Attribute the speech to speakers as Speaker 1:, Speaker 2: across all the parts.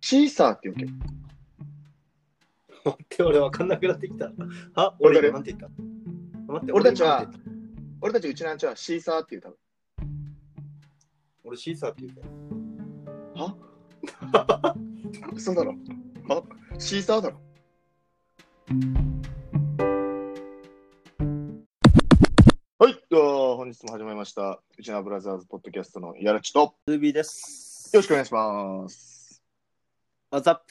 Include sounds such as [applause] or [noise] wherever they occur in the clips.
Speaker 1: シーサーっていうけ。
Speaker 2: 待って、俺わかんなくなってきた。あ、俺今なんて言った待って、
Speaker 1: 俺たちは
Speaker 2: 今なんて言った
Speaker 1: 俺たちうちなんちはシーサーっていう多分。
Speaker 2: 俺シーサーって言うたよ
Speaker 1: 嘘だろ。あシーサーだろ。はい、では本日も始まりました。うちなブラザーズポッドキャストのやらちと、よ
Speaker 2: ルビーです。
Speaker 1: ろしくお願いします。
Speaker 2: ワザップ。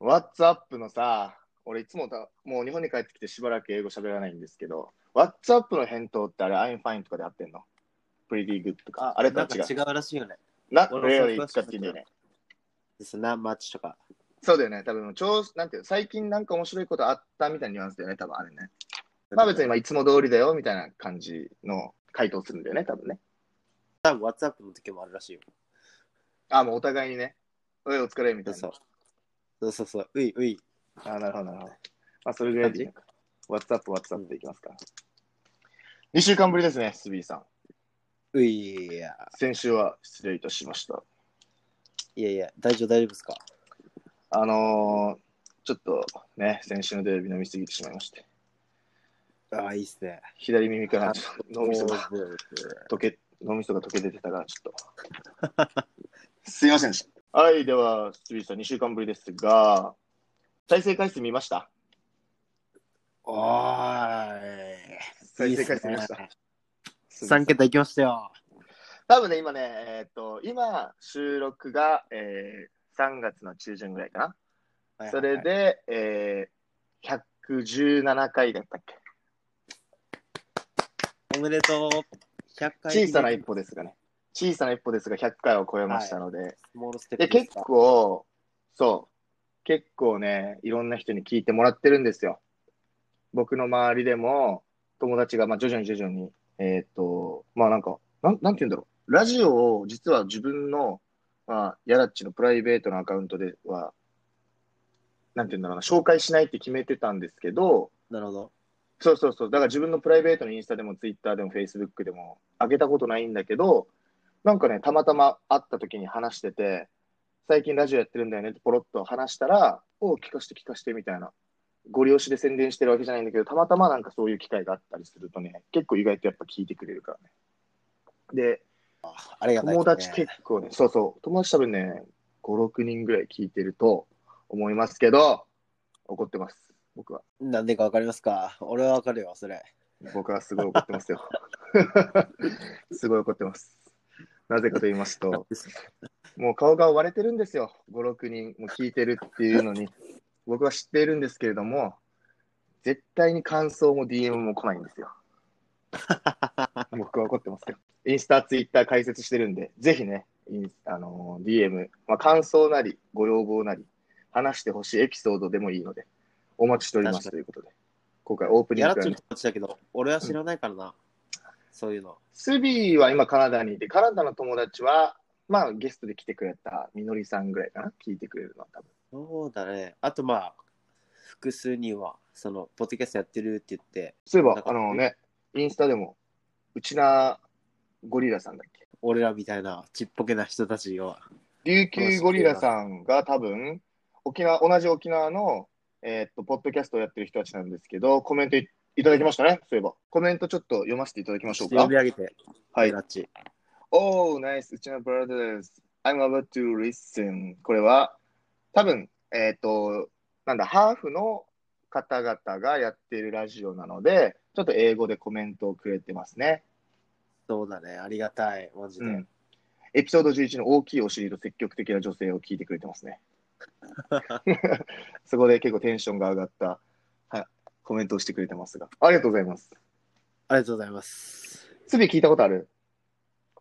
Speaker 1: What's up のさ、俺いつもたもう日本に帰ってきてしばらく英語喋らないんですけど、What's up の返答ってあれ、I'm fine とかで合ってんの ?Pretty good とか、あれとは
Speaker 2: なんか
Speaker 1: 違う。
Speaker 2: 違うらしいよね。
Speaker 1: な、
Speaker 2: 俺も
Speaker 1: really 使ってんだよね。
Speaker 2: ですな、マッチとか。
Speaker 1: そうだよね。多分、超、なんていうの最近なんか面白いことあったみたいなニュアンスだよね、多分あれね。まあ別に、まあいつも通りだよ、みたいな感じの回答するんだよね、多分ね。
Speaker 2: 多分ワッツアップの時もあるらしいよ。
Speaker 1: あ、もうお互いにね。おい、お疲れ、みたいな。
Speaker 2: そうそうそうそう、ういうい。
Speaker 1: あ、なるほど、なるほど。まあそれぐらいでいいのか。ワッツアップ、ワッツアップでいきますか。2週間ぶりですね、スビーさん。
Speaker 2: ういいや。
Speaker 1: 先週は失礼いたしました。
Speaker 2: いやいや、大丈夫、大丈夫ですか
Speaker 1: あのー、ちょっとね、先週の土曜日飲みすぎてしまいまして。
Speaker 2: ああ、いいっすね。
Speaker 1: 左耳からちょっと脳みそが
Speaker 2: ブーブー
Speaker 1: 溶け、脳みそが溶け出てたから、ちょっと。 [laughs] すいませんでした。はい、では、スビーさん、2週間ぶりですが、再生回数見ました
Speaker 2: おーい。
Speaker 1: 再生回数見ました。
Speaker 2: いいっす
Speaker 1: 三
Speaker 2: ね三桁いきましたよ。
Speaker 1: 多分ね、今ね、えーっと、今、収録が、えー、3月の中旬ぐらいかな。それ
Speaker 2: はい
Speaker 1: で、えー、117回だったっけ
Speaker 2: はいはい、おめでとう。100回。
Speaker 1: 小さな一歩ですがね。小さな一歩ですが、100回を超えましたので、
Speaker 2: スモールステッ
Speaker 1: で
Speaker 2: プです
Speaker 1: 結
Speaker 2: か。
Speaker 1: 構、そう、結構ね、いろんな人に聞いてもらってるんですよ。僕の周りでも、友達が、まあ、徐々に徐々に、えーっ、と、まあなんか、なんなんて言うんだろう、ラジオを実は自分の、まあ、やらっちのプライベートのアカウントでは、なんて言うんだろうな、紹介しないって決めてたんですけど、
Speaker 2: なるほど。
Speaker 1: そうそうそう。だから自分のプライベートのインスタでもツイッターでもフェイスブックでも上げたことないんだけど、なんかね、たまたま会った時に話してて、最近ラジオやってるんだよねってポロッと話したら、おう聞かして聞かしてみたいな。ご利用しで宣伝してるわけじゃないんだけど、たまたまなんかそういう機会があったりするとね、結構意外とやっぱ聞いてくれるからね。で、
Speaker 2: ありがたい、
Speaker 1: 友達結構ね、そうそう、友達多分ね、5、6人ぐらい聞いてると思いますけど、怒ってます、僕は。
Speaker 2: なんでかわかりますか俺はわかるよ、それ。
Speaker 1: 僕はすごい怒ってますよ。 [laughs] すごい怒ってます。なぜかと言いますと、もう顔が割れてるんですよ。5、6人も聞いてるっていうのに、僕は知っているんですけれども、絶対に感想も DM も来ないんですよ。僕は怒ってますよ。インスタ、ツイッター解説してるんで、ぜひね、インあのー DM、まあ、感想なり、ご要望なり、話してほしいエピソードでもいいので、お待ちしております
Speaker 2: 確
Speaker 1: ということで、今回オープニン
Speaker 2: や
Speaker 1: グ
Speaker 2: ら
Speaker 1: からね
Speaker 2: っちの気持ちだけど、俺は知らないからな。そういうの。
Speaker 1: スビーは今カナダにいて、カナダの友達は、まあゲストで来てくれたみのりさんぐらいかな、聞いてくれるのは多分。
Speaker 2: そうだね。あとまあ、複数人は、その、ポッドキャストやってるって言って、
Speaker 1: そういえ
Speaker 2: なん
Speaker 1: ば、
Speaker 2: か
Speaker 1: あのね、インスタでも、うちなゴリラさんだっけ
Speaker 2: 俺らみたいなちっぽけな人たちを。
Speaker 1: 琉球ゴリラさんが多分、沖縄、同じ沖縄の、えーっと、ポッドキャストをやってる人たちなんですけど、コメントいいただきましたね、そういえば。コメントちょっと読ませていただきましょう
Speaker 2: 読
Speaker 1: か
Speaker 2: み。上げて、
Speaker 1: はい
Speaker 2: や。らっち。
Speaker 1: Oh, nice, うちの brothers. I'm about to listen. これは、多分、えっ、と、なんだ、ハーフの方々がやってるラジオなので、ちょっと英語でコメントをくれてますね。
Speaker 2: そうだね。ありがたい。マジで。
Speaker 1: うんエピソード11の大きいお尻と積極的な女性を聞いてくれてます
Speaker 2: [laughs]
Speaker 1: ね。そこで結構テンションが上がった、はい、コメントをしてくれてますが。ありがとうございます。
Speaker 2: ありがとうございます。
Speaker 1: つび聞いたことある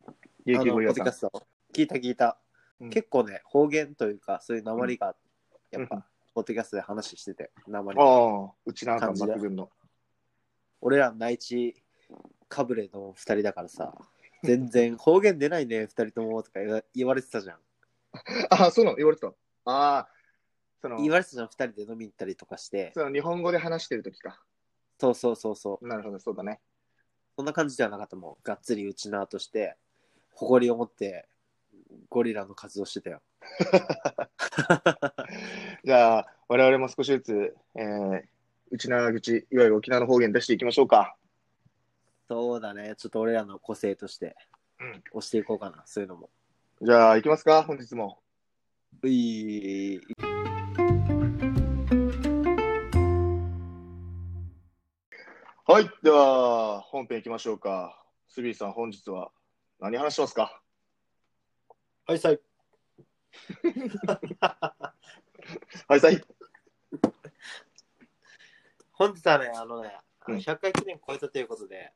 Speaker 2: あ
Speaker 1: 琉
Speaker 2: の、
Speaker 1: 球
Speaker 2: ポ
Speaker 1: ゴ
Speaker 2: ッ
Speaker 1: リ
Speaker 2: ド
Speaker 1: ラ
Speaker 2: キ
Speaker 1: さん
Speaker 2: ャ。スト。聞いた聞いた。
Speaker 1: うん
Speaker 2: 結構ね、方言というか、そういう鉛が、やっ
Speaker 1: う
Speaker 2: ぱ、ポッドキャストで話してて、鉛が。
Speaker 1: ああ、うちなんか
Speaker 2: 感じで
Speaker 1: 抜群の。
Speaker 2: 俺ら内地かぶれの2人だからさ全然方言出ないね2人ともとか言わ言われてたじゃん
Speaker 1: ああ、そうなの言われてた。ああ、その、
Speaker 2: 言われてたじゃん2人で飲み行ったりとかして
Speaker 1: その日本語で話してるときか。
Speaker 2: そうそうそうそう
Speaker 1: なるほど、そうだね。
Speaker 2: そんな感じではなかったもんがっつりウチナーとして誇りを持ってゴリラの活動してたよ
Speaker 1: じゃあ、我々も少しずつ、えー、内縄口、いわゆる沖縄の方言出していきましょうか。
Speaker 2: そうだね。ちょっと俺らの個性として、押していこうかな。そういうのも。
Speaker 1: じゃあ、行きますか、本日も。
Speaker 2: うい
Speaker 1: はい、では、本編行きましょうか。スビーさん、本日は何話しますか
Speaker 2: はい、さい。
Speaker 1: はい、さい。
Speaker 2: [laughs] 本日はね、あのね、あの
Speaker 1: うん
Speaker 2: 100回記念超えたということで、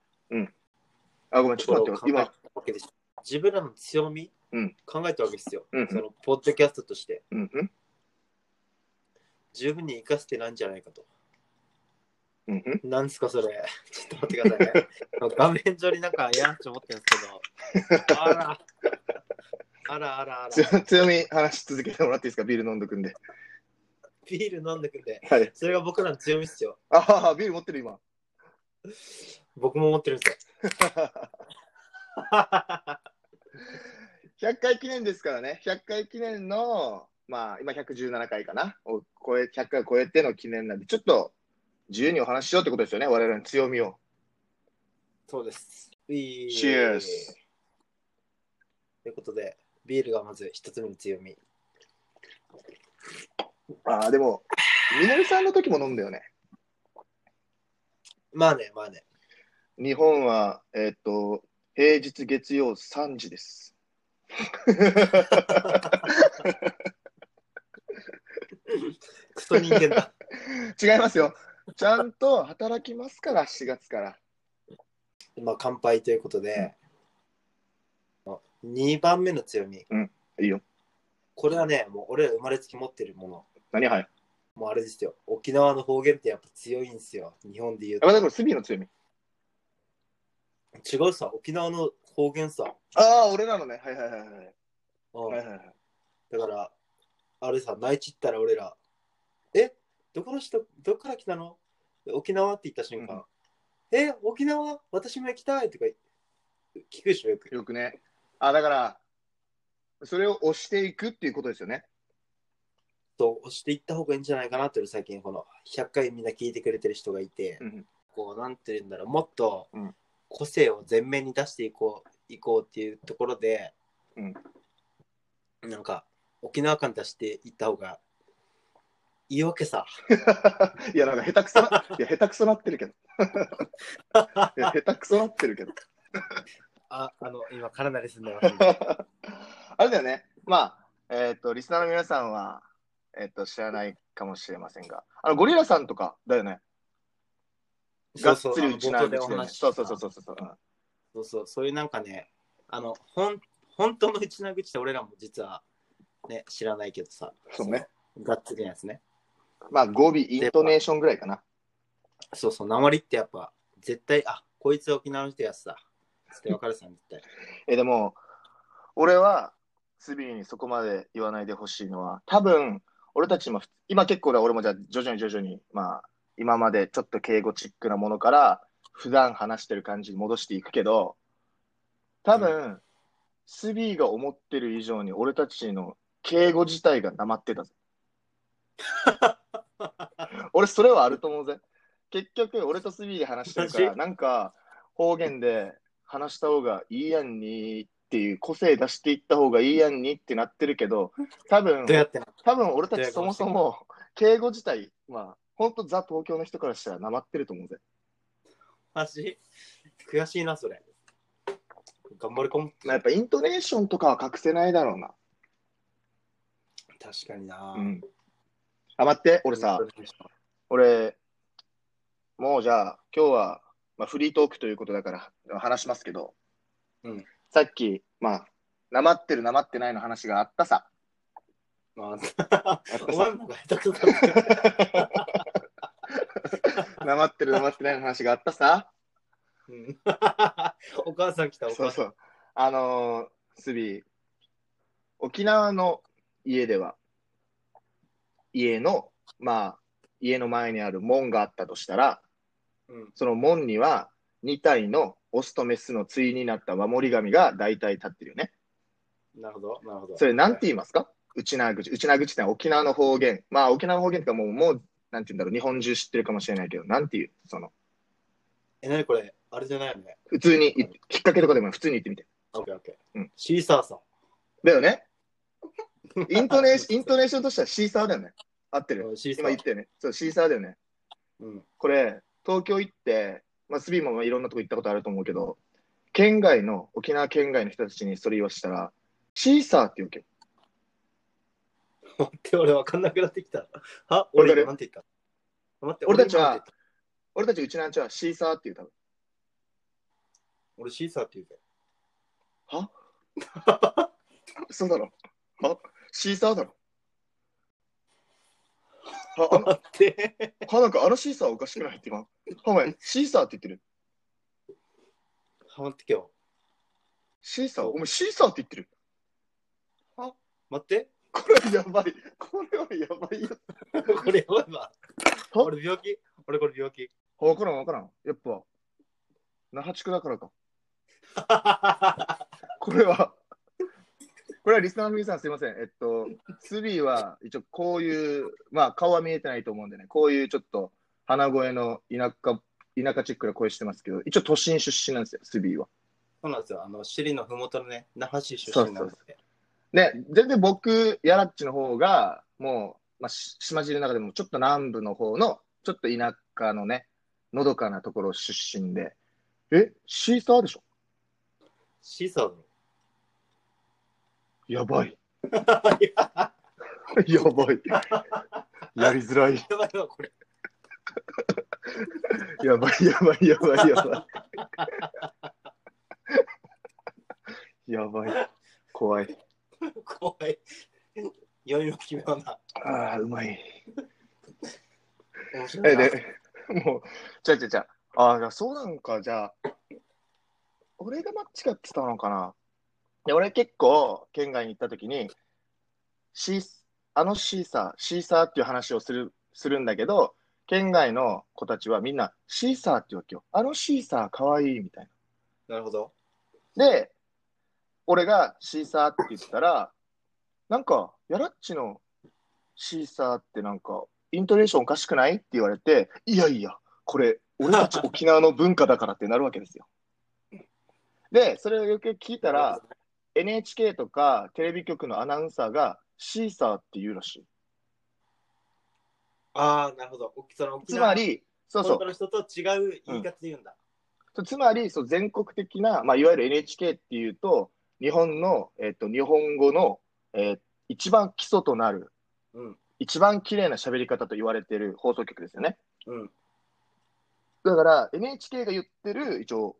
Speaker 1: あ、ごめん、ちょっと待ってよ、
Speaker 2: 考え
Speaker 1: 今
Speaker 2: た、わけでしょ自分らの強み、
Speaker 1: うん
Speaker 2: 考えたわけですよ。
Speaker 1: うんうん
Speaker 2: その、ポッドキャストとして、
Speaker 1: うん、うん、
Speaker 2: 十分に活かせてないんじゃないかと。
Speaker 1: うん、うん。
Speaker 2: なんですか、それ。ちょっと待ってくださいね。画面上になんか、やんちょ思ってるんですけど、あら、あらあらあら、
Speaker 1: 強 [laughs] 強み話し続けてもらっていいですか、ビール飲んどくんで。
Speaker 2: ビール飲んでくんで、
Speaker 1: はい。
Speaker 2: それが僕らの強みっすよ。
Speaker 1: ああ、ビール持ってる、今。
Speaker 2: 僕も持ってるんですよ。
Speaker 1: [laughs] 100回記念ですからね、100回記念の、まあ、今117回かな、を超え100回を超えての記念なんで、ちょっと自由にお話ししようってことですよね、我々の強みを。
Speaker 2: そうです。いい
Speaker 1: Cheers
Speaker 2: ということで、ビールがまず一つ目の強み。
Speaker 1: ああ、でも、みのりさんの時も飲んだよね。
Speaker 2: まあね、まあね。
Speaker 1: 日本は、えっと、平日月曜3時です。 [laughs]
Speaker 2: クソ人間だ。
Speaker 1: 違いますよ。ちゃんと働きますから、4月から。
Speaker 2: まあ、乾杯ということで、2番目の強み。
Speaker 1: いいよ。
Speaker 2: これはね、もう俺ら生まれつき持ってるもの。
Speaker 1: 何はい。
Speaker 2: もうあれですよ。沖縄の方言ってやっぱ強いんですよ。日本で言う
Speaker 1: あ、ま
Speaker 2: と。
Speaker 1: だこれ、スビーの強み。
Speaker 2: 違うさ、沖縄の方言さ。
Speaker 1: ああ、俺らのね。はいはいはいはい。
Speaker 2: うん
Speaker 1: はいはいはい
Speaker 2: だから、あれさ、泣いちったら俺ら、えどこの人、どっから来たの沖縄って言った瞬間、え沖縄私も行きたいとか聞くでしょ、よく。
Speaker 1: よくね。あ、だから、それを押していくっていうことですよね。
Speaker 2: と押していった方がいいんじゃないかなって、俺最近この100回みんな聞いてくれてる人がいて、
Speaker 1: うん [laughs]
Speaker 2: こう、なんて言うんだろう、もっと
Speaker 1: うん
Speaker 2: 個性を前面に出していこう、いこうっていうところで、
Speaker 1: うん
Speaker 2: なんか、沖縄感出していった方がいいわ
Speaker 1: [laughs]
Speaker 2: けさ。
Speaker 1: いや、なんか下手くそな、いや、下手くそなってるけど。いや、下手くそなってるけど。 [laughs]
Speaker 2: あ、あの、今、カナダに住んでますんで。
Speaker 1: あれだよね。まあ、えっ、と、リスナーの皆さんは、えっ、と、知らないかもしれませんが、あの、ゴリラさんとかだよね。
Speaker 2: そ
Speaker 1: が
Speaker 2: う
Speaker 1: っつ
Speaker 2: そう、
Speaker 1: り
Speaker 2: あの
Speaker 1: うち
Speaker 2: 冒
Speaker 1: な
Speaker 2: 頭
Speaker 1: んで
Speaker 2: で
Speaker 1: よ
Speaker 2: お
Speaker 1: ね。
Speaker 2: 話しした
Speaker 1: そうそうそうそうそう。うん
Speaker 2: そうそうそういうなんかね、あの、ほん、本当のうちな口って俺らも実は、ね、知らないけどさ。
Speaker 1: そうね。
Speaker 2: その。がっつりなんですね。
Speaker 1: まあ、語尾、イントネーションぐらいかな。
Speaker 2: そうそう、鉛ってやっぱ、絶対、あ、こいつは沖縄の人やつさ。つってわかるさ、絶対。
Speaker 1: えでも俺はスビーにそこまで言わないでほしいのは多分俺たちも今結構だ俺もじゃあ徐々に徐々にまあ今までちょっと敬語チックなものから普段話してる感じに戻していくけど多分、スビーが思ってる以上に俺たちの敬語自体がなまってたぜ [laughs] 俺それはあると思うぜ結局俺とスビーで話してるから
Speaker 2: 私
Speaker 1: なんか方言で話した方がいいやんにっていう個性出していった方がいいやんにってなってるけど多分
Speaker 2: どうやってな
Speaker 1: 多分俺たちそもそも敬語自体まあ本当ザ東京の人からしたらなまってると思うぜ
Speaker 2: マジ悔しいな、それ。頑張り込む。
Speaker 1: まあやっぱイントネーションとかは隠せないだろうな
Speaker 2: 確かにな。
Speaker 1: うんあ待って俺さ俺もうじゃあ今日は、まあ、フリートークということだから話しますけど、
Speaker 2: うん
Speaker 1: さっきまあなまってるなまってないの話があったさ
Speaker 2: ま [laughs] あ、
Speaker 1: あった
Speaker 2: お
Speaker 1: さ
Speaker 2: 前もなんか下手くそだな
Speaker 1: なまってるなまってないの話があったさ。
Speaker 2: うんお母さん来た、お
Speaker 1: そ
Speaker 2: 母
Speaker 1: う
Speaker 2: さん。
Speaker 1: そう。あのー、スビー、沖縄の家では、家の、まあ、家の前にある門があったとしたら、
Speaker 2: うん
Speaker 1: その門には2体のオスとメスの対になった守り神が大体立ってるよね。
Speaker 2: なるほど、なるほど。
Speaker 1: それなんて言いますか内縄口、内縄口ってのは沖縄の方言。まあ、沖縄の方言ってかもう、もう、なんて言うんだろう、日本中知ってるかもしれないけど、なんていう、その、
Speaker 2: え、なにこれあれじゃないよね。
Speaker 1: 普通に言って、きっかけとかでも普通に言ってみて。
Speaker 2: オッケーオッケー。
Speaker 1: うん
Speaker 2: シーサーさん。
Speaker 1: だよ
Speaker 2: [laughs]
Speaker 1: ねイントネーション、イントネーションとしてはシーサーだよね。合ってる。
Speaker 2: うんシーサー。
Speaker 1: 今言ったよね。そう、シーサーだよね。
Speaker 2: うん。
Speaker 1: これ、東京行って、まあ、スビーもいろんなとこ行ったことあると思うけど、県外の、沖縄県外の人たちにそれ言わしたら、シーサーって言うけど、
Speaker 2: 待って、俺わかんなくなってきた。は
Speaker 1: 俺誰
Speaker 2: 俺なんて言った待って、
Speaker 1: 俺たちは
Speaker 2: 今なんて言った
Speaker 1: 俺たちうちなんちはシーサーって言う、多分。
Speaker 2: 俺シーサーって言うぜ。
Speaker 1: そうだろ。はシーサーだろ。は、あの、
Speaker 2: 待って。
Speaker 1: は、なんかあのシーサーおかしくないって今。は、お前、シーサーって言ってる。
Speaker 2: は待ってけよ。
Speaker 1: シーサーお前、シーサーって言ってる。
Speaker 2: 待って。
Speaker 1: [laughs] これやばい。これはやばいよ。
Speaker 2: これやばいわ。俺病気。俺これ病
Speaker 1: [laughs]
Speaker 2: 気。
Speaker 1: わからんわからん。やっぱ、那覇地区だから [laughs] か。これは、これはリスナーの皆さんすいません。えっと、スリーは一応こういう、まあ顔は見えてないと思うんでね、こういうちょっと鼻声の田舎、田舎チックな声してますけど、一応都心出身なんですよ、スリーは。
Speaker 2: そうなんですよ。あの、シリのふもとのね、那覇市出身なんですね。
Speaker 1: ね、全然僕、やらっちの方が、もう、まあ、し島尻の中でもちょっと南部の方の、ちょっと田舎のね、のどかなところ出身で、え、シーサーでしょ
Speaker 2: シーサーだろ。
Speaker 1: やばい。
Speaker 2: やば
Speaker 1: [laughs] やばい。やりづらい。
Speaker 2: いわ、これ。
Speaker 1: やばい、やばい、やばい、やばい。 [laughs] やばい。怖い。
Speaker 2: 怖い。読みも奇妙な。
Speaker 1: ああ、うまい。
Speaker 2: 面白
Speaker 1: え、
Speaker 2: いな。
Speaker 1: で、もう、じゃじゃじゃああ、そうなんか、じゃあ、俺が間違ってたのかな。いや俺結構、県外に行った時に、シー、あのシーサー、シーサーっていう話をする、するんだけど、県外の子たちはみんな、シーサーって言うわけよ。あのシーサーかわいい、みたいな。
Speaker 2: なるほど。
Speaker 1: で、俺がシーサーって言ったら、なんか、やらっちのシーサーってなんか、イントネーションおかしくないって言われて、いやいや、これ、俺
Speaker 2: [laughs]
Speaker 1: たち沖縄の文化だからってなるわけですよ。で、それをよく聞いたら、NHK とかテレビ局のアナウンサーがシーサーって言うらしい。
Speaker 2: ああ、なるほど。沖その沖
Speaker 1: つま
Speaker 2: 縄
Speaker 1: り、そうそ
Speaker 2: 本
Speaker 1: う
Speaker 2: 当、の人と違う言い方で言うんだ。
Speaker 1: そうつまりそう全国的な、まあ、いわゆる NHK っていうと日本の、えっと日本語の、えー一番基礎となる
Speaker 2: うん。
Speaker 1: 一番綺麗な喋り方と言われている放送局ですよね
Speaker 2: うん。
Speaker 1: だから NHK が言ってる一応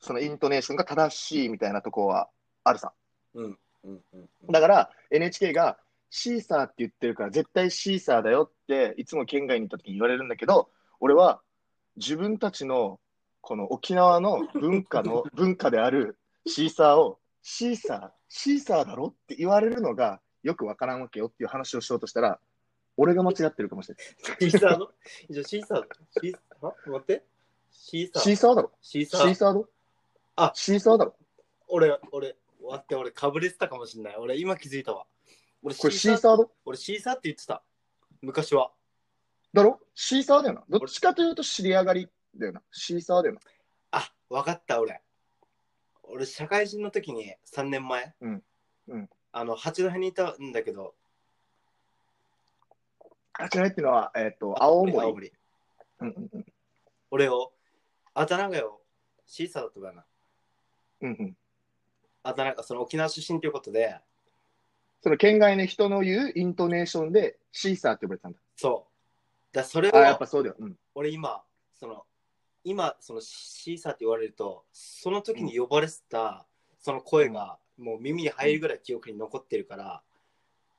Speaker 1: そのイントネーションが正しいみたいなとこはあるさ
Speaker 2: うん。うん。うん。
Speaker 1: だから NHK がシーサーって言ってるから絶対シーサーだよっていつも県外に行った時に言われるんだけど俺は自分たちのこの沖縄の文化 [laughs] の文化であるシーサーをシーサーシーサーだろって言われるのがよくわからんわけよっていう話をしようとしたら俺が間違ってるかもしれない
Speaker 2: シーサーのじゃあシーサーのシーサーあ待って。シーサ
Speaker 1: シー
Speaker 2: ー。
Speaker 1: サーだろ
Speaker 2: シー
Speaker 1: シ
Speaker 2: サ
Speaker 1: ー
Speaker 2: ー。
Speaker 1: サーだろ
Speaker 2: あ
Speaker 1: シーサーだろ
Speaker 2: 俺、俺、待って、俺、かぶれてたかもしれない。俺、今気づいたわ。俺、
Speaker 1: これシー
Speaker 2: ー。
Speaker 1: サーだろ
Speaker 2: 俺、シーサーって言ってた。昔は。
Speaker 1: だろシーサーだよなどっちかというと知り上がりだよなシーサーだよな
Speaker 2: あ、わかった、俺。俺、社会人の時に3年前、
Speaker 1: うんうん
Speaker 2: あの、八戸にいたんだけど、
Speaker 1: あちらっていうのは、えっ、と、青森。
Speaker 2: 青森。
Speaker 1: うんうんうん
Speaker 2: 俺を、あだ名がよ、シーサーだったからな。
Speaker 1: うんうん、
Speaker 2: あだ名が、その沖縄出身ということで、
Speaker 1: その県外の人の言うイントネーションでシーサーって呼ばれてたんだ。
Speaker 2: そう。だそれを
Speaker 1: あ、やっぱそうだよ。うん、
Speaker 2: 俺今その今そのシーサーって言われるとその時に呼ばれてたその声がもう耳に入るぐらい記憶に残ってるから、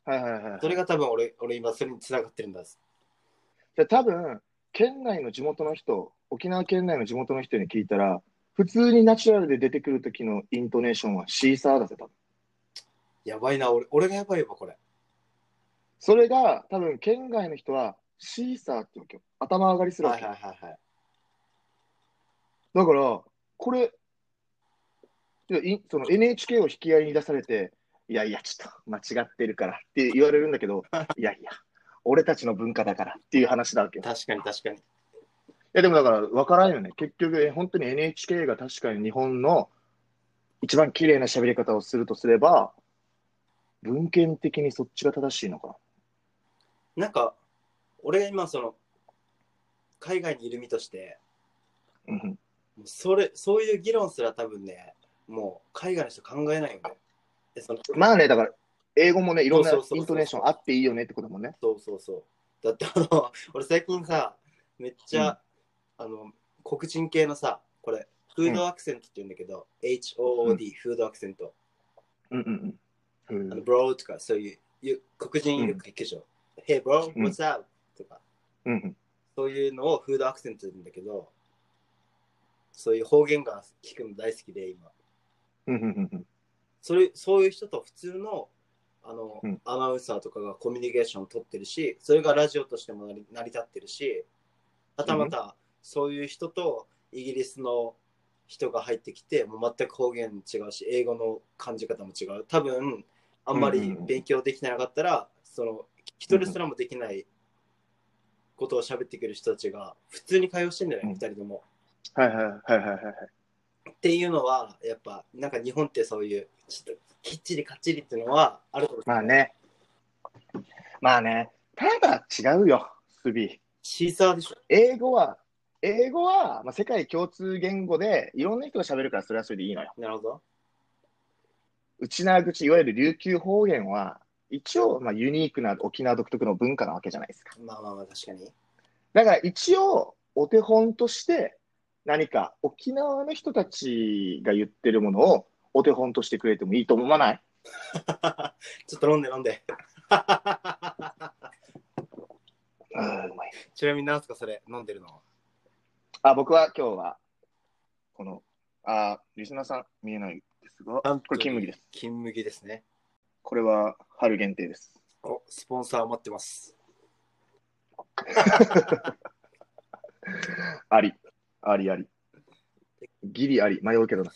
Speaker 1: はいはいはい。
Speaker 2: それが多分俺俺今それに繋がってるんだ
Speaker 1: で多分、県内の地元の人、沖縄県内の地元の人に聞いたら、普通にナチュラルで出てくる時のイントネーションはシーサーだぜ、多分。
Speaker 2: やばいな俺俺がやばいわこれ
Speaker 1: それが、多分、県外の人はシーサーってわけよ。頭上がりするわ
Speaker 2: はい
Speaker 1: け。
Speaker 2: はいはいはい
Speaker 1: だから、これ、いやいその NHK を引き合いに出されて、いいやいや、ちょっと間違ってるからって言われるんだけ
Speaker 2: [laughs]
Speaker 1: ど、いやいや、俺たちの文化だからっていう話だわけよ。い
Speaker 2: 確かに確かに。
Speaker 1: や、でもだから分からんよね。結局、え本当に NHK が確かに日本の一番綺麗な喋り方をするとすれば、文献的にそっちが正しいのかな。
Speaker 2: なんか、俺が今、その、海外にいる身として、
Speaker 1: うんうん
Speaker 2: もうそれ、そういう議論すら多分ね、もう海外の人考えないよね。でその
Speaker 1: まあね、だから、英語もね、いろんな
Speaker 2: そうそうそうそう
Speaker 1: イントネーションあっていいよねってことだもんね。
Speaker 2: そうそうそう。だってあの、 [laughs] 俺最近さ、めっちゃ、あの、黒人系のさ、これ、フードアクセントって言うんだけど、HOOD、フードアクセント。
Speaker 1: うんうんうん
Speaker 2: あ
Speaker 1: う
Speaker 2: の、
Speaker 1: ん。
Speaker 2: ブローとか、そういう、ゆ黒人よく聞くでしょ。Hey bro,
Speaker 1: うん
Speaker 2: what's up?、とか、
Speaker 1: うんうん
Speaker 2: そういうのをフードアクセントで言うんだけど、そういう方言が聞くの大好きで、今。
Speaker 1: うんうんうんうん
Speaker 2: それそういう人と普通のあの、
Speaker 1: うん
Speaker 2: アナウンサーとかがコミュニケーションを取ってるしそれがラジオとしても成り成り立ってるしはたまたそういう人とイギリスの人が入ってきてもう全く方言違うし英語の感じ方も違う多分あんま
Speaker 1: うんうん
Speaker 2: り
Speaker 1: うん
Speaker 2: 勉強できてなかったら、その一人すらもできないことを喋ってくる人たちが普通に会話してんじゃない、
Speaker 1: うん
Speaker 2: 二人とも。
Speaker 1: はいはいはいはいはいはい。
Speaker 2: っていうのはやっぱなんか日本ってそういうちょっときっちりかっちりっていうのはあるかもしれ
Speaker 1: ま
Speaker 2: な
Speaker 1: あ
Speaker 2: い
Speaker 1: ね。まあね。ただ違うよ、スビー。
Speaker 2: シーサーでしょ
Speaker 1: 英語は、英語は、まあ、世界共通言語でいろんな人が喋るからそれはそれでいいのよ。
Speaker 2: なるほど
Speaker 1: 内縄口、いわゆる琉球方言は、一応、まあ、ユニークな沖縄独特の文化なわけじゃないですか。
Speaker 2: まあまあまあ確かに [laughs]
Speaker 1: だから一応、お手本として、何か沖縄の人たちが言ってるものをお手本としてくれてもいいと思わない
Speaker 2: ちょっと飲んで飲んで
Speaker 1: あうまい
Speaker 2: ちなみに何すかそれ飲んでるの
Speaker 1: あ、僕は今日は、この、あ、リスナーさん見えないですが、
Speaker 2: なんと
Speaker 1: これ金麦です。
Speaker 2: 金麦ですね
Speaker 1: これは春限定です。
Speaker 2: おスポンサー待ってます
Speaker 1: あり、ありあり。ギリあり、迷う [laughs] けどな。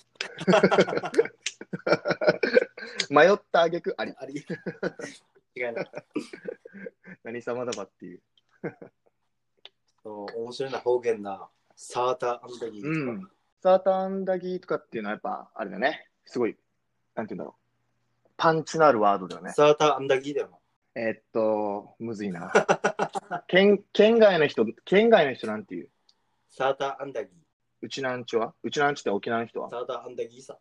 Speaker 1: 迷った挙句あり。
Speaker 2: あり違いない
Speaker 1: 何様だばっていう。
Speaker 2: そう面白いな方言なサーターアンダギーとか、
Speaker 1: うん。サーターアンダギーとかっていうのはやっぱ、あれだね。すごい、なんて言うんだろう。パンチのあるワードだよね。
Speaker 2: サーターアンダギーだよな
Speaker 1: えーっと、むずい [laughs] な。県、県外の人、県外の人なんていう。
Speaker 2: サーターアンダギー
Speaker 1: うちなんちはうちなんちって沖縄の人は
Speaker 2: サーターアンダギーさ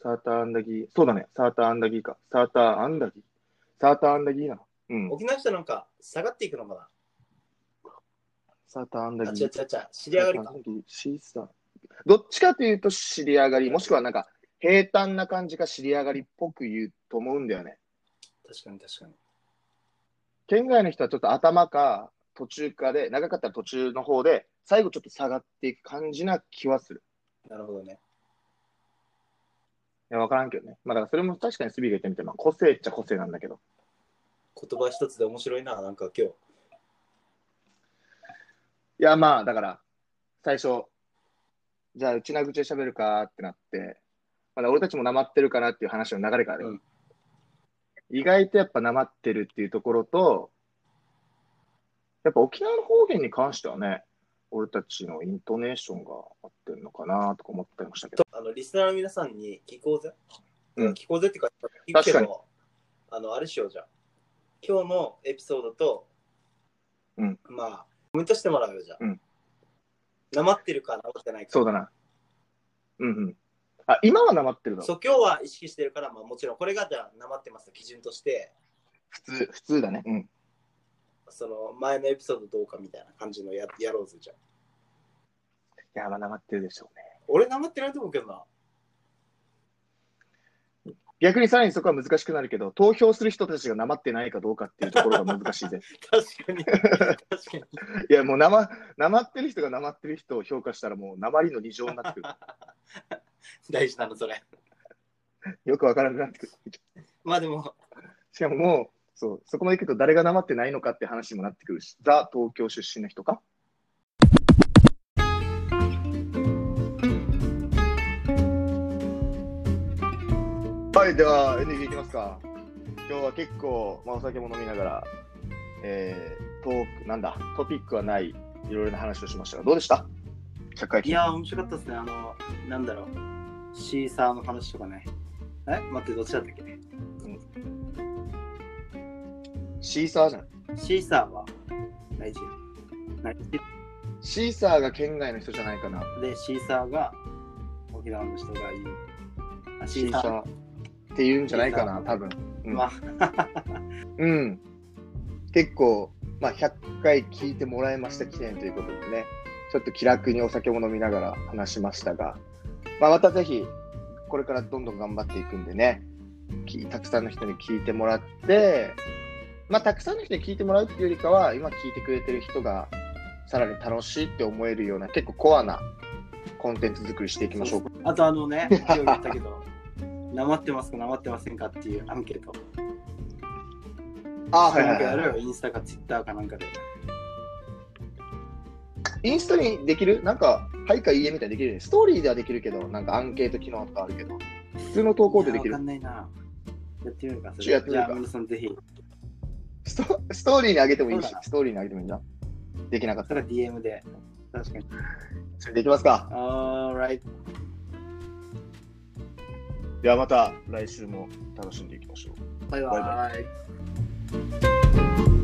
Speaker 1: サーターアンダギー。そうだね。サーターアンダギーか。サーターアンダギー。サーターアンダギーな。うん。
Speaker 2: 沖縄の人なんか下がっていくのかな
Speaker 1: サーターアンダギ
Speaker 2: あ
Speaker 1: ー。
Speaker 2: 違う違う違う知り上がりか
Speaker 1: シーサーどっちかというと知り上がり、もしくはなんか平坦な感じが知り上がりっぽく言うと思うんだよね。
Speaker 2: 確かに確かに
Speaker 1: 県外の人はちょっと頭か途中かで、長かったら途中の方で、最後ちょっと下がっていく感じな気はする。
Speaker 2: なるほどね
Speaker 1: いや、わからんけどね。まあだからそれも確かにスビーが言ってみて、まあ個性っちゃ個性なんだけど。
Speaker 2: 言葉一つで面白いな、なんか今日。
Speaker 1: いや、まあ、だから、最初、じゃあ、うちな口で喋るかってなって、まだ俺たちもなまってるかなっていう話の流れからね、
Speaker 2: うん
Speaker 1: 意外とやっぱなまってるっていうところと、やっぱ沖縄の方言に関してはね、俺たちのイントネーションが合ってるのかなとか思ったりもしたけど、
Speaker 2: あの、リスナーの皆さんに聞こうぜ。
Speaker 1: うん
Speaker 2: 聞こうぜってか、聞く
Speaker 1: 確
Speaker 2: け
Speaker 1: かに
Speaker 2: ど、あの、あれしようじゃん。今日のエピソードと、
Speaker 1: うん
Speaker 2: まあ、コメントしてもらうよじゃん。
Speaker 1: うん
Speaker 2: なまってるか、なまってないか。
Speaker 1: そうだな。うんうん。あ、今はなまってるだろ。
Speaker 2: そう今日は意識してるから、まあ、もちろんこれがじゃあなまってます基準として、
Speaker 1: 普通、普通だね。うん。
Speaker 2: その前のエピソードどうかみたいな感じのややろうぜじゃん。
Speaker 1: いや、まあなまってるでしょうね。
Speaker 2: 俺なまってないと思うけどな。
Speaker 1: 逆にさらにそこは難しくなるけど、投票する人たちがなまってないかどうかっていうところが難しいぜ。 [laughs]
Speaker 2: [laughs] 確かに。確かに。
Speaker 1: いや、もうなま、なまってる人がなまってる人を評価したらもうなまりの二乗になってく
Speaker 2: 大事なの、それ。
Speaker 1: る。よくわからなくなってくる。
Speaker 2: まあでも、
Speaker 1: しかももう、そう、そこまで行くと誰がなまってないのかって話にもなってくるし、ザ・東京出身の人かはい、ではエンディングいきますか。今日は結構、まあ、お酒も飲みながら、えー、トーク、なんだ、トピックはない、いろいろな話をしましたが、どうでした社会
Speaker 2: い
Speaker 1: 人。
Speaker 2: やー、面白かったですね。あの、なんだろう。シーサーの話とかね。え待って、どっちだったっけ
Speaker 1: シーサーじゃん。
Speaker 2: シーサーは内地。内地
Speaker 1: シーサーが県外の人じゃないかな。
Speaker 2: で、シーサーが沖縄の人がいい。あシ
Speaker 1: シー
Speaker 2: ーサ
Speaker 1: サー
Speaker 2: ー。
Speaker 1: って言うんじゃないかな、多分。ー
Speaker 2: まあ、
Speaker 1: うん。結構、まあ、100回聞いてもらいました記念ということでね、ちょっと気楽にお酒も飲みながら話しましたが、まあ、またぜひ、これからどんどん頑張っていくんでね、きたくさんの人に聞いてもらって、まあ、たくさんの人に聞いてもらうっていうよりかは、今聞いてくれてる人が、さらに楽しいって思えるような、結構コアなコンテンツ作りしていきましょうか。
Speaker 2: [laughs] あとあのね、今日言ったけど、なまってますか、なまってませんかっていうアンケート。
Speaker 1: あ
Speaker 2: なんかやるよ、インスタかツイッターかなんかで。
Speaker 1: インスタにできるなんか、はいかいいえみたいにできるよね。ストーリーではできるけど、なんかアンケート機能とかあるけど、普通の投稿ででき
Speaker 2: いや
Speaker 1: る
Speaker 2: わか。んないな。やってみるか、そ
Speaker 1: ちょやって
Speaker 2: れ。
Speaker 1: み
Speaker 2: じ
Speaker 1: るか
Speaker 2: ゃあ、皆さんぜひ、
Speaker 1: ストストーリーにあげてもいい
Speaker 2: そう
Speaker 1: し
Speaker 2: だな、
Speaker 1: ストーリーにあげてもいいじゃん。できなかっ
Speaker 2: そ
Speaker 1: た
Speaker 2: れから DM で。確かに。
Speaker 1: ら。できますか
Speaker 2: Alright。
Speaker 1: ではまた来週も楽しんでいきましょう。
Speaker 2: バイ
Speaker 1: バ
Speaker 2: バイ。